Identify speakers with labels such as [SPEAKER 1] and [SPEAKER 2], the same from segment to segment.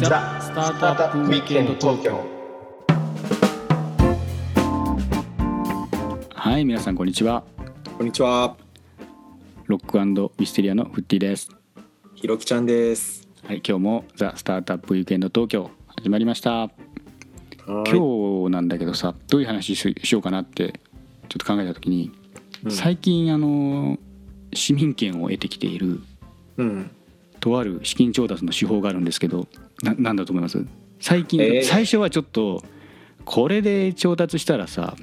[SPEAKER 1] タートアップウィークエンド東京はい皆さんこんにちは
[SPEAKER 2] こんにちは、
[SPEAKER 1] ロックミステリアのフッティです
[SPEAKER 2] ひろきちゃんです。
[SPEAKER 1] はい今日もザスタートアップウィークエンド東京始まりました
[SPEAKER 2] 今
[SPEAKER 1] 今日なんだけどさどういう話ししようかなってちょっと考えた時に、
[SPEAKER 2] うん
[SPEAKER 1] 最近あの市民権を得てきている
[SPEAKER 2] うん、
[SPEAKER 1] とある資金調達の手法があるんですけどななんだと思います最近、
[SPEAKER 2] えー
[SPEAKER 1] 最初はちょっとこれで調達したらさ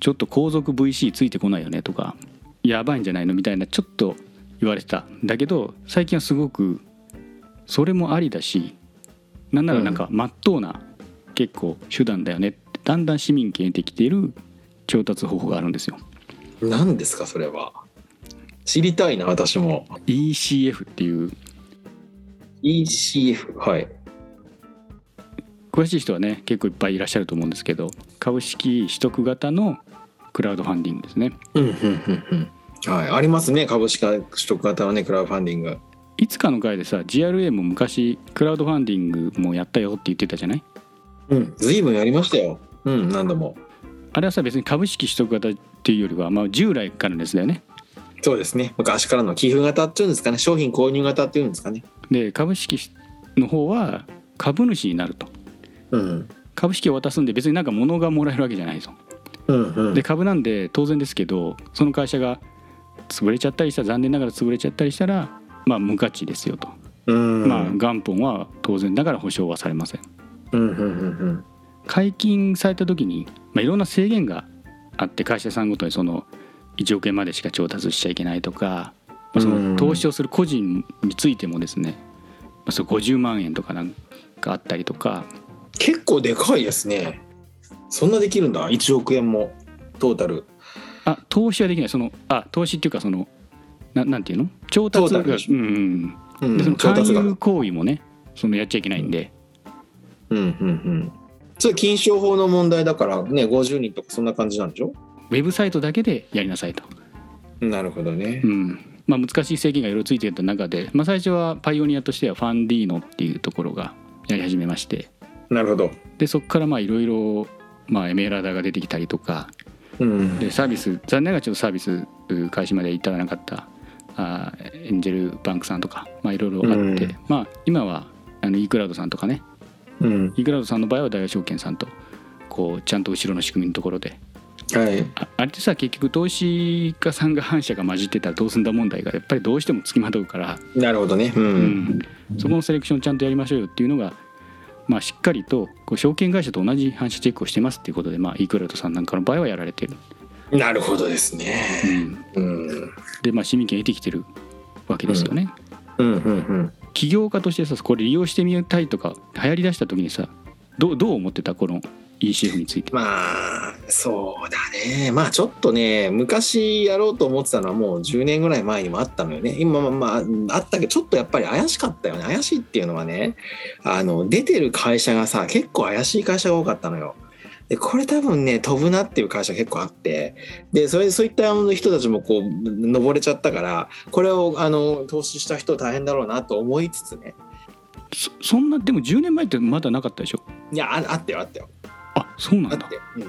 [SPEAKER 1] ちょっと後続 VC ついてこないよねとかやばいんじゃないのみたいなちょっと言われてたんだけど最近はすごくそれもありだしなんならなんか真っ当な結構手段だよねってだんだん市民権得てきている調達方法があるんですよ。
[SPEAKER 2] 何ですかそれは。知りたいな私も。
[SPEAKER 1] ECF っていう
[SPEAKER 2] ECF はい。
[SPEAKER 1] 詳しい人はね結構いっぱいいらっしゃると思うんですけど株式取得型のクラウドファンディングですね
[SPEAKER 2] うんうんうんうん。はいありますね株式取得型のねクラウドファンディング。
[SPEAKER 1] いつかの回でさ GRA も昔クラウドファンディングもやったよって言ってたじゃない
[SPEAKER 2] うん。ずいぶんやりましたよ。うん何度も。
[SPEAKER 1] あれはさ別に株式取得型っていうよりは、まあ、従来からですだよね
[SPEAKER 2] そうですね昔からの寄付型っていうんですかね商品購入型っていうんですかね。
[SPEAKER 1] で株式の方は株主になると
[SPEAKER 2] うん
[SPEAKER 1] 株式を渡すんで別になんか物がもらえるわけじゃないぞ
[SPEAKER 2] うんうん
[SPEAKER 1] で株なんで当然ですけどその会社が潰れちゃったりしたら残念ながら潰れちゃったりしたらまあ無価値ですよと
[SPEAKER 2] うん
[SPEAKER 1] まあ、元本は当然だから保証はされません
[SPEAKER 2] うんうんうん
[SPEAKER 1] 解禁された時に、まあ、いろんな制限があって会社さんごとにその1億円までしか調達しちゃいけないとか、まあ、そ
[SPEAKER 2] うん
[SPEAKER 1] の投資をする個人についてもですね、まあ、そう50万円とかなんかあったりとか
[SPEAKER 2] 結構でかいですね。そんなできるんだ1億円もトータル。
[SPEAKER 1] あ投資はできないそのあ投資っていうかそのななんていうの調達
[SPEAKER 2] そう
[SPEAKER 1] が
[SPEAKER 2] だね
[SPEAKER 1] うんうん
[SPEAKER 2] う
[SPEAKER 1] でその
[SPEAKER 2] ん、
[SPEAKER 1] 勧
[SPEAKER 2] 額
[SPEAKER 1] 誘行為もねそのやっちゃいけないんで、
[SPEAKER 2] うんうんうん。それ禁止法の問題だからね、50人とかそんな感じなんでしょ
[SPEAKER 1] ウェブサイトだけでやりなさいと。
[SPEAKER 2] なるほどね
[SPEAKER 1] う。んまあ、難しい制限がいろいろついてた中で、まあ、最初はパイオニアとしてはファンディーノっていうところがやり始めまして
[SPEAKER 2] なるほど。
[SPEAKER 1] でそこからまあいろいろまあエメラダが出てきたりとか
[SPEAKER 2] うん。
[SPEAKER 1] でサービス残念ながらちょっとサービス開始まで至らなかったあーエンジェルバンクさんとかまあいろいろあって、
[SPEAKER 2] うん
[SPEAKER 1] まあ、今はあの e クラウドさんとかね
[SPEAKER 2] うん。
[SPEAKER 1] e クラウドさんの場合は大和証券さんとこうちゃんと後ろの仕組みのところで
[SPEAKER 2] はい。
[SPEAKER 1] ああれってさ結局投資家さんが反社が混じってたらどうすんだ問題がやっぱりどうしてもつきまとうから。
[SPEAKER 2] なるほどね。う。
[SPEAKER 1] うんん、そこのセレクションをちゃんとやりましょうよっていうのが、まあ、しっかりとこう証券会社と同じ反射チェックをしてますっていうことで、まあ、イークラウドさんなんかの場合はやられてる、
[SPEAKER 2] なるほどです
[SPEAKER 1] う
[SPEAKER 2] ね。
[SPEAKER 1] ん、
[SPEAKER 2] うん。うん
[SPEAKER 1] で、まあ、市民権得てきてるわけですよね。
[SPEAKER 2] うんうん。
[SPEAKER 1] 起業家としてさこれ利用してみたいとか流行りだした時にさどうどう思ってたこの ECF について。
[SPEAKER 2] まあ、そうだね。まあちょっとね、昔やろうと思ってたのはもう10年ぐらい前にもあったのよね。今まあ、まあ、あったけど、ちょっとやっぱり怪しかったよね。怪しいっていうのはね、あの、出てる会社がさ、結構怪しい会社が多かったのよ。で、これ多分ね、飛ぶなっていう会社結構あって、で、それ、そういったあの人たちもこう、登れちゃったから、これを、あの、投資した人大変だろうなと思いつつね。
[SPEAKER 1] そそんなでも10年前ってまだなかったでしょ
[SPEAKER 2] いや、ああったよ、あったよ。
[SPEAKER 1] あそうな
[SPEAKER 2] あ
[SPEAKER 1] ん
[SPEAKER 2] っ
[SPEAKER 1] だ。
[SPEAKER 2] て、うんうん、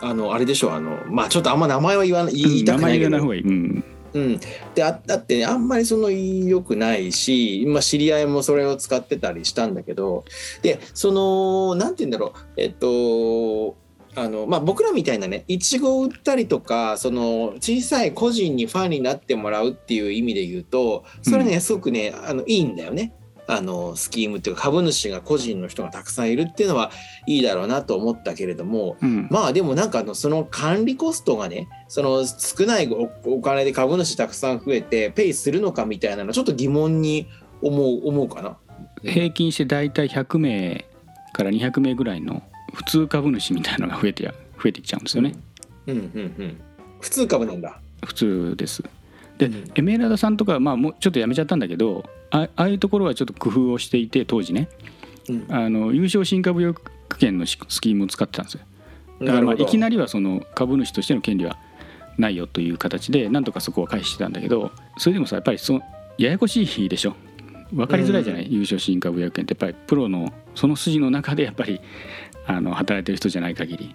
[SPEAKER 2] あのあれでしょうあのまあちょっとあんま名前は言わない言いた
[SPEAKER 1] 名
[SPEAKER 2] くな
[SPEAKER 1] 前
[SPEAKER 2] い
[SPEAKER 1] 言わ
[SPEAKER 2] け
[SPEAKER 1] ない
[SPEAKER 2] ど、
[SPEAKER 1] 方がいい。うん
[SPEAKER 2] うん、であだってあんまりその良くないし、まあ、知り合いもそれを使ってたりしたんだけどでそのなんて言うんだろうえっとあのまあ、僕らみたいなねいちごを売ったりとかその小さい個人にファンになってもらうっていう意味で言うとそれね、すごくねあのいいんだよねあのスキームっていうか株主が個人の人がたくさんいるっていうのはいいだろうなと思ったけれども、
[SPEAKER 1] うん
[SPEAKER 2] まあでもなんかあのその管理コストがねその少ないおお金で株主たくさん増えてペイするのかみたいなのちょっと疑問に思う思うかな。
[SPEAKER 1] 平均して大体100名から200名ぐらいの普通株主みたいなのが増えてや増えてきちゃうんですよね
[SPEAKER 2] うんうんうん、普通株なんだ。
[SPEAKER 1] 普通ですで、
[SPEAKER 2] うん
[SPEAKER 1] エメラダさんとか、まあ、もうちょっとやめちゃったんだけどあああいうところはちょっと工夫をしていて当時ね
[SPEAKER 2] うん、
[SPEAKER 1] あの優勝新株予約権のしスキームを使ってたんですよだからまあいきなりはその株主としての権利はないよという形でなんとかそこは回避してたんだけどそれでもさやっぱりそのややこしいでしょ分かりづらいじゃない、優勝新株500円ってやっぱりプロのその筋の中でやっぱりあの働いてる人じゃない限り、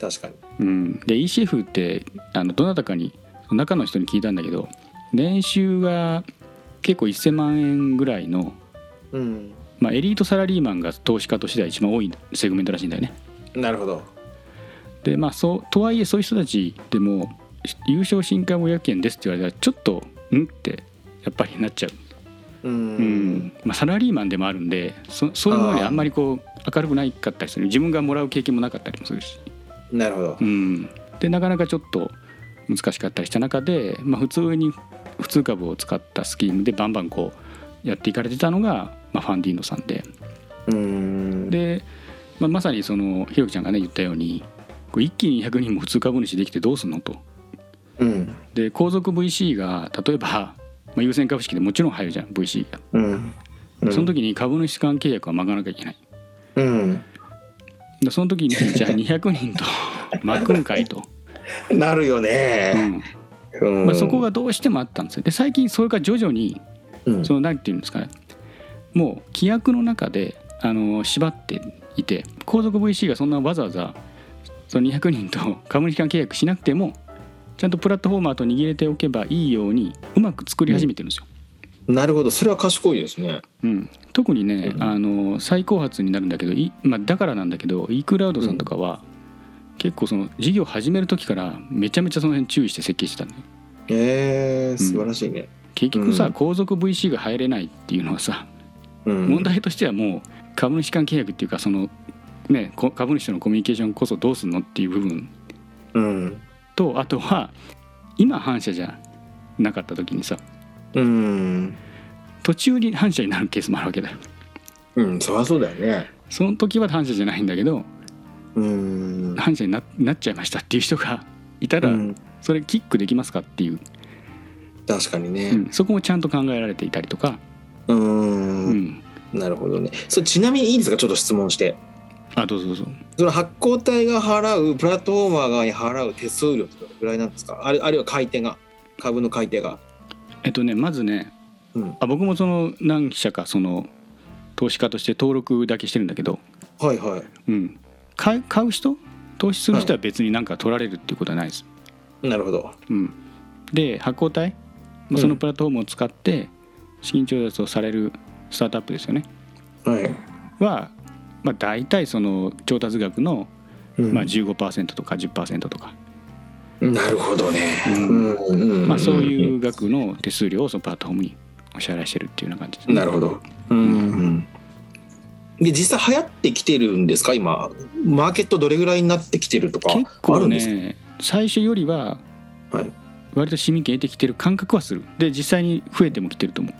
[SPEAKER 2] 確かに。
[SPEAKER 1] うん、で ECF ってあのどなたかに中の人に聞いたんだけど年収が結構1,000万円ぐらいの、
[SPEAKER 2] うん。
[SPEAKER 1] まあ、エリートサラリーマンが投資家としては一番多いセグメントらしいんだよね。
[SPEAKER 2] なるほど。
[SPEAKER 1] でまあそうとはいえそういう人たちでも優勝新刊500円ですって言われたらちょっとんってやっぱりなっちゃう、う
[SPEAKER 2] う。
[SPEAKER 1] んんまあ、サラリーマンでもあるんでそそういうものにあんまりこう明るくないかったりする自分がもらう経験もなかったりもするし、
[SPEAKER 2] なるほど
[SPEAKER 1] う。ん、でなかなかちょっと難しかったりした中で、まあ、普通に普通株を使ったスキームでバンバンこうやっていかれてたのが、まあ、ファンディーノさんで
[SPEAKER 2] うん。
[SPEAKER 1] で、まあ、まさにそのひろきちゃんがね言ったようにこう一気に100人も普通株主できてどうすんのと。
[SPEAKER 2] うん。
[SPEAKER 1] で後続 VC が例えば、まあ、優先株式でもちろん入るじゃん VC が、
[SPEAKER 2] うん。うん
[SPEAKER 1] その時に株主間契約は巻かなきゃいけない
[SPEAKER 2] うん。
[SPEAKER 1] でその 時にじゃあ200人と巻くんかいと、
[SPEAKER 2] なるよ
[SPEAKER 1] う
[SPEAKER 2] ね。
[SPEAKER 1] ん
[SPEAKER 2] うん。
[SPEAKER 1] まあ、そこがどうしてもあったんですよで最近それが徐々に
[SPEAKER 2] うん、
[SPEAKER 1] その何て言うんですかねもう規約の中であの縛っていて後続 VC がそんなわざわざその200人と株主間契約しなくてもちゃんとプラットフォーマーと握れておけばいいようにうまく作り始めてるんですよ。
[SPEAKER 2] なるほど。それは賢いですね。
[SPEAKER 1] うん、特にね、
[SPEAKER 2] うん
[SPEAKER 1] あの最高発になるんだけど、いまあ、だからなんだけど e クラウドさんとかは、結構その事業始める時からめちゃめちゃその辺注意して設計してたんだよ
[SPEAKER 2] えー、素晴らしいね。
[SPEAKER 1] 結局さ、
[SPEAKER 2] うん
[SPEAKER 1] 後続 VC が入れないっていうのはさ、
[SPEAKER 2] うん。
[SPEAKER 1] 問題としてはもう株主間契約っていうかその、ね、こ株主とのコミュニケーションこそどうすんのっていう部分
[SPEAKER 2] うん。
[SPEAKER 1] とあとは今反社じゃなかった時にさ
[SPEAKER 2] うん。
[SPEAKER 1] 途中に反社になるケースもあるわけだよ。
[SPEAKER 2] うん。そりゃそうだよね。
[SPEAKER 1] その時は反社じゃないんだけど
[SPEAKER 2] うん。
[SPEAKER 1] 反社にななっちゃいましたっていう人がいたら、
[SPEAKER 2] うん
[SPEAKER 1] それキックできますかっていう、
[SPEAKER 2] 確かに
[SPEAKER 1] う
[SPEAKER 2] ね。
[SPEAKER 1] んそこもちゃんと考えられていたりとか、
[SPEAKER 2] うん。
[SPEAKER 1] うん
[SPEAKER 2] なるほどね。それちなみにいいですかちょっと質問して。
[SPEAKER 1] あどうぞどうぞ
[SPEAKER 2] その発行体が払うプラットフォーマーが払う手数料ってどれぐらいなんですかあるあるいは買い手が株の買い手が。
[SPEAKER 1] えっとねまずね
[SPEAKER 2] うん、
[SPEAKER 1] あ僕もその何社かその投資家として登録だけしてるんだけど、
[SPEAKER 2] はいはい。
[SPEAKER 1] うん、買う買う人投資する人は別になんか取られるっていうことはないです。
[SPEAKER 2] なるほど。
[SPEAKER 1] うん、で発行体、まあ
[SPEAKER 2] うん
[SPEAKER 1] そのプラットフォームを使って資金調達をされるスタートアップですよね
[SPEAKER 2] はい。
[SPEAKER 1] は、まあ、大体その調達額の
[SPEAKER 2] うん
[SPEAKER 1] まあ15%とか10%とか、
[SPEAKER 2] なるほどね。
[SPEAKER 1] うん
[SPEAKER 2] うんうんうん
[SPEAKER 1] まあ、そういうう額の手数料をそのプラットフォームにお支払いしてるっていうような感じです、
[SPEAKER 2] ん。なるほど。うんうん。で実際流行ってきてるんですか今マーケットどれぐらいになってきてるとか
[SPEAKER 1] 結
[SPEAKER 2] ある
[SPEAKER 1] 構
[SPEAKER 2] んですか
[SPEAKER 1] ね最初よりは
[SPEAKER 2] はい
[SPEAKER 1] 割と市民権得てきてる感覚はするで実際に増えてもきてると思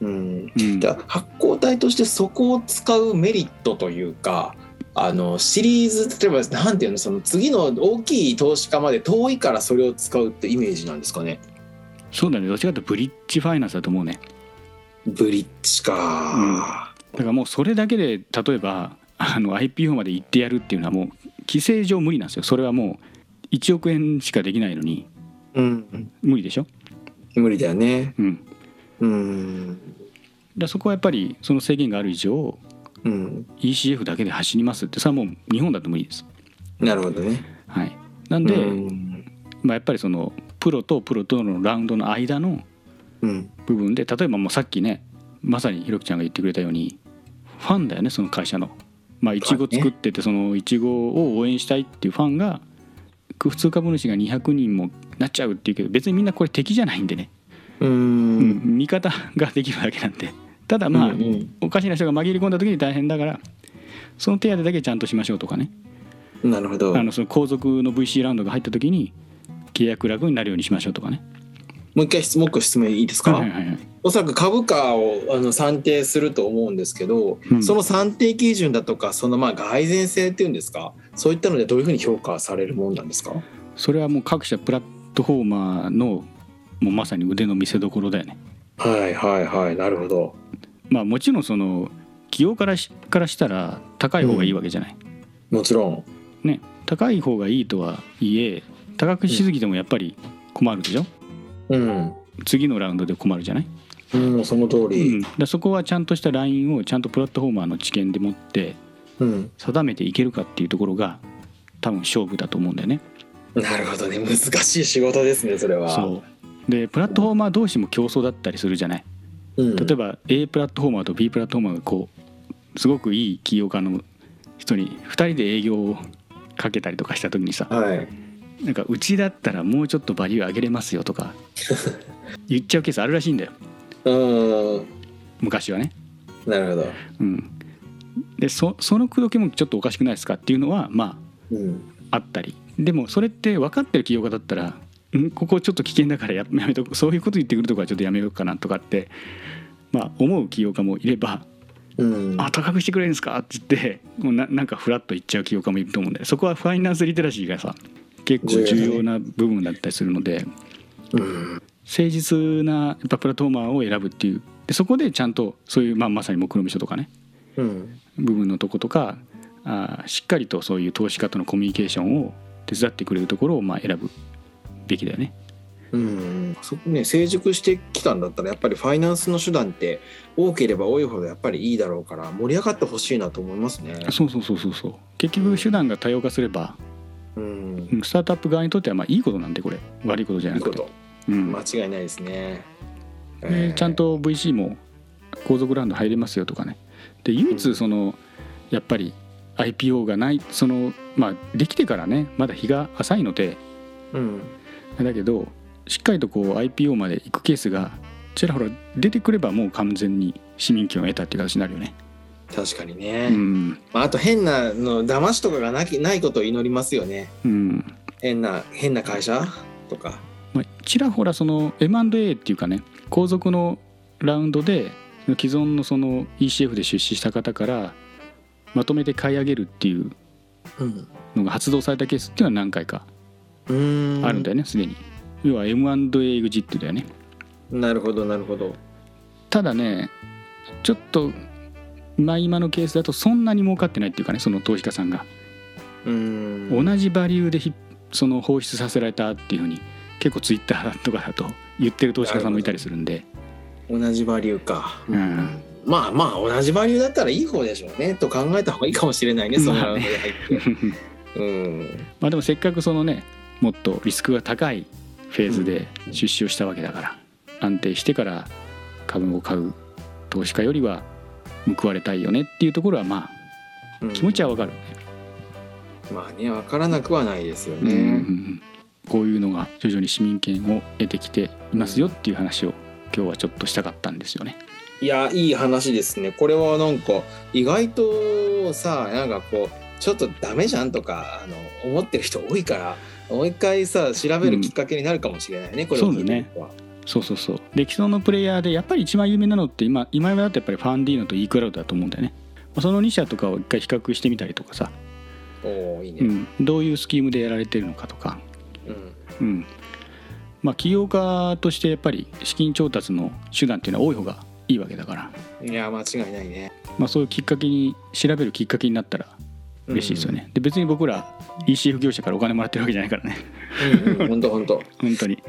[SPEAKER 2] うん
[SPEAKER 1] う、うん
[SPEAKER 2] じゃあ発行体としてそこを使うメリットというかあのシリーズ例えばなんていうのその次の大きい投資家まで遠いからそれを使うってイメージなんですかね
[SPEAKER 1] そうだねどっちかというとブリッジファイナンスだと思うね
[SPEAKER 2] ブリッジか、
[SPEAKER 1] だからもうそれだけで例えば あの IPO まで行ってやるっていうのはもう規制上無理なんですよそれはもう1億円しかできないのに
[SPEAKER 2] うん、
[SPEAKER 1] 無理でしょ、
[SPEAKER 2] 無理だよね
[SPEAKER 1] うん、だか
[SPEAKER 2] うん
[SPEAKER 1] らそこはやっぱりその制限がある以上
[SPEAKER 2] うん
[SPEAKER 1] ECF だけで走りますってさもう日本だと無理です
[SPEAKER 2] なるほどね
[SPEAKER 1] はい、なんで、
[SPEAKER 2] うん
[SPEAKER 1] まあ、やっぱりそのプロとプロとのラウンドの間の
[SPEAKER 2] うん
[SPEAKER 1] 部分で例えばもうさっきねまさにひろきちゃんが言ってくれたようにファンだよねその会社の。まあ、いちご作っててそのいちごを応援したいっていうファンが普通株主が200人もなっちゃうっていうけど別にみんなこれ敵じゃないんでね、
[SPEAKER 2] う
[SPEAKER 1] うんん、味方ができるだけなんでただまあ、
[SPEAKER 2] うんうん
[SPEAKER 1] おかしな人が紛れ込んだ時に大変だからその手当てだけちゃんとしましょうとかね
[SPEAKER 2] なるほど
[SPEAKER 1] あのその後続の VC ラウンドが入った時に契約楽になるようにしましょうとかね。
[SPEAKER 2] もう一回質もう一個質問いいですか、
[SPEAKER 1] はいはいはい
[SPEAKER 2] おそらく株価をあの算定すると思うんですけど、
[SPEAKER 1] うん
[SPEAKER 2] その算定基準だとかそのまあ蓋然性っていうんですかそういったのでどういうふうに評価されるもんなんですか
[SPEAKER 1] それはもう各社プラットフォーマーのもうまさに腕の見せ所だよね。
[SPEAKER 2] はいはいはいなるほど
[SPEAKER 1] まあもちろんその企業からしからしたら高い方がいいわけじゃない。
[SPEAKER 2] もちろん
[SPEAKER 1] ね高い方がいいとはいえ高くしすぎてもやっぱり困るでしょ、
[SPEAKER 2] うん
[SPEAKER 1] 次のラウンドで困るじゃない
[SPEAKER 2] うん、その通
[SPEAKER 1] うん、
[SPEAKER 2] り。
[SPEAKER 1] だからそこはちゃんとしたラインをちゃんとプラットフォーマーの知見でもって
[SPEAKER 2] うん。
[SPEAKER 1] 定めていけるかっていうところが多分勝負だと思うんだよね。
[SPEAKER 2] なるほどね。難しい仕事ですね、それは。
[SPEAKER 1] そうでプラットフォーマー同士も競争だったりするじゃない。
[SPEAKER 2] うん。
[SPEAKER 1] 例えば A プラットフォーマーと B プラットフォーマーがこうすごくいい起業家の人に2人で営業をかけたりとかした時にさ
[SPEAKER 2] はい。
[SPEAKER 1] なんかうちだったらもうちょっとバリュー上げれますよと か言っちゃうケースあるらしいんだよ
[SPEAKER 2] うん。
[SPEAKER 1] 昔はね。
[SPEAKER 2] なるほど。
[SPEAKER 1] うん、でそその口説きもちょっとおかしくないですかっていうのはま
[SPEAKER 2] うん。
[SPEAKER 1] ああったりでもそれって分かってる企業家だったら「んここちょっと危険だからややめとこそういうこと言ってくるとこはちょっとやめようかな」とかって、まあ、思う企業家もいれば
[SPEAKER 2] うん。
[SPEAKER 1] あ高くしてくれるんですかって言ってもうななんかフラッといっちゃう企業家もいると思うんでそこはファイナンスリテラシーがさ結構重要な部分だったりするので
[SPEAKER 2] うん。
[SPEAKER 1] 誠実なやっぱプラットフォーマーを選ぶっていうでそこでちゃんとそういう、まあ、まさに目論見書とかね
[SPEAKER 2] うん。
[SPEAKER 1] 部分のとことかあーしっかりとそういう投資家とのコミュニケーションを手伝ってくれるところをまあ選ぶべきだよね。
[SPEAKER 2] うん、そこね成熟してきたんだったらやっぱりファイナンスの手段って多ければ多いほどやっぱりいいだろうから盛り上がってほしいなと思いますね。
[SPEAKER 1] そうそうそうそうそう結局手段が多様化すれば
[SPEAKER 2] うん、
[SPEAKER 1] うんスタートアップ側にとってはまあいいことなんでこれ悪いことじゃ
[SPEAKER 2] い
[SPEAKER 1] ないく
[SPEAKER 2] こ
[SPEAKER 1] て。
[SPEAKER 2] と
[SPEAKER 1] うん
[SPEAKER 2] 間違いないですね。え
[SPEAKER 1] で
[SPEAKER 2] ー
[SPEAKER 1] ちゃんと VC も後続ラウンド入れますよとかねで唯一そのやっぱり IPO がないそのまあできてからねまだ日が浅いので
[SPEAKER 2] うん
[SPEAKER 1] だけどしっかりとこう IPO まで行くケースがちらほら出てくればもう完全に市民権を得たっていう形になるよね。
[SPEAKER 2] 確かに
[SPEAKER 1] う
[SPEAKER 2] ね、
[SPEAKER 1] ん、
[SPEAKER 2] まあ、あと変なの騙しとかがなきないことを祈りますよね
[SPEAKER 1] うん
[SPEAKER 2] 変な変な会社とか
[SPEAKER 1] まあ、ちらほらその M&A っていうかね後続のラウンドで既存のその ECF で出資した方からまとめて買い上げるっていう
[SPEAKER 2] うん
[SPEAKER 1] のが発動されたケースっていうのは何回か
[SPEAKER 2] うん
[SPEAKER 1] あるんだよねすで、に要は M&A エグジットだよね
[SPEAKER 2] なるほどなるほど
[SPEAKER 1] ただねちょっとまあ今のケースだとそんなに儲かってないっていうかねその投資家さんが
[SPEAKER 2] うん
[SPEAKER 1] 同じバリューでひその放出させられたっていうふうに結構ツイッターとかだと言ってる投資家さんもいたりするんで
[SPEAKER 2] 同じバリューか、
[SPEAKER 1] うん
[SPEAKER 2] まあまあ同じバリューだったらいい方でしょうねと考えた方がいいかもしれないねそのラウンドで入って、うん
[SPEAKER 1] まあでもせっかくそのねもっとリスクが高いフェーズで出資をしたわけだから安定してから株を買う投資家よりは報われたいよねっていうところはまあ
[SPEAKER 2] うん
[SPEAKER 1] 気持ちはわかる、
[SPEAKER 2] まあね分からなくはないですよ
[SPEAKER 1] うん
[SPEAKER 2] ね、
[SPEAKER 1] うんうんこういうのが徐々に市民権を得てきていますよっていう話を今日はちょっとしたかったんですよね。
[SPEAKER 2] いやいい話ですねこれはなんか意外とさなんかこうちょっとダメじゃんとかあの思ってる人多いからもう一回さ調べるきっかけになるかもしれないね、これを聞いてみると
[SPEAKER 1] そうそうそうで既存のプレイヤーでやっぱり一番有名なのって今今だとやっぱりファンディーノと e クラウドだと思うんだよね。その2社とかを一回比較してみたりとかさ、
[SPEAKER 2] おおいいね、
[SPEAKER 1] うん、どういうスキームでやられてるのかとか
[SPEAKER 2] うん
[SPEAKER 1] うん、まあ起業家としてやっぱり資金調達の手段っていうのは多い方がいいわけだから、
[SPEAKER 2] いや間違いないね
[SPEAKER 1] まあ、そういうきっかけに調べるきっかけになったら嬉しいですよね、で別に僕ら ECF 業者からお金もらってるわけじゃないからね
[SPEAKER 2] うんうんほんとほんと
[SPEAKER 1] 本当にこ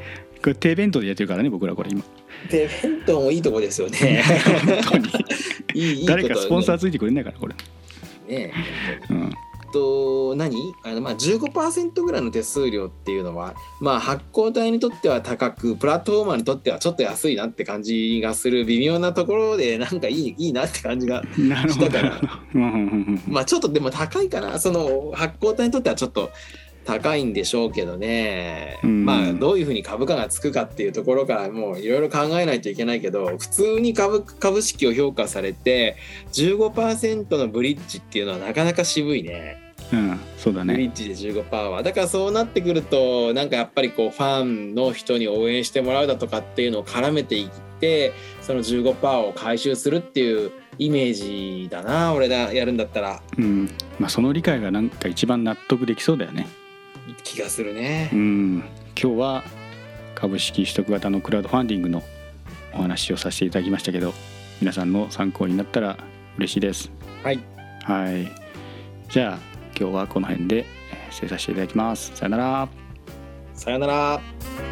[SPEAKER 1] れ低弁当でやってるからね僕らこれ 今
[SPEAKER 2] で弁当もいいとこです よね
[SPEAKER 1] 本当に
[SPEAKER 2] いいいいことだね
[SPEAKER 1] 誰かスポンサーついてくれないからこれ、
[SPEAKER 2] ね
[SPEAKER 1] うん、
[SPEAKER 2] えっと何あのまあ15%ぐらいの手数料っていうのはまあ発行体にとっては高くプラットフォーマーにとってはちょっと安いなって感じがする微妙なところでなんかいいいいなって感じが
[SPEAKER 1] なるほど
[SPEAKER 2] だから
[SPEAKER 1] うんうんうんうん
[SPEAKER 2] まあちょっとでも高いかなその発行体にとってはちょっと高いんでしょうけどね、
[SPEAKER 1] うん
[SPEAKER 2] まあどういうふうに株価がつくかっていうところからもういろいろ考えないといけないけど普通に株株式を評価されて15%のブリッジっていうのはなかなか渋いね。
[SPEAKER 1] うん、そうだ
[SPEAKER 2] ブ
[SPEAKER 1] ね
[SPEAKER 2] リッジで15%はだからそうなってくるとなんかやっぱりこうファンの人に応援してもらうだとかっていうのを絡めていってその15%を回収するっていうイメージだな俺がやるんだったら
[SPEAKER 1] うんまあその理解がなんか一番納得できそうだよね
[SPEAKER 2] 気がするね
[SPEAKER 1] う。ん今日は株式取得型のクラウドファンディングのお話をさせていただきましたけど皆さんの参考になったら嬉しいです
[SPEAKER 2] はい
[SPEAKER 1] はいじゃあ今日はこの辺でえー失礼させていただきますさよなら
[SPEAKER 2] さよなら。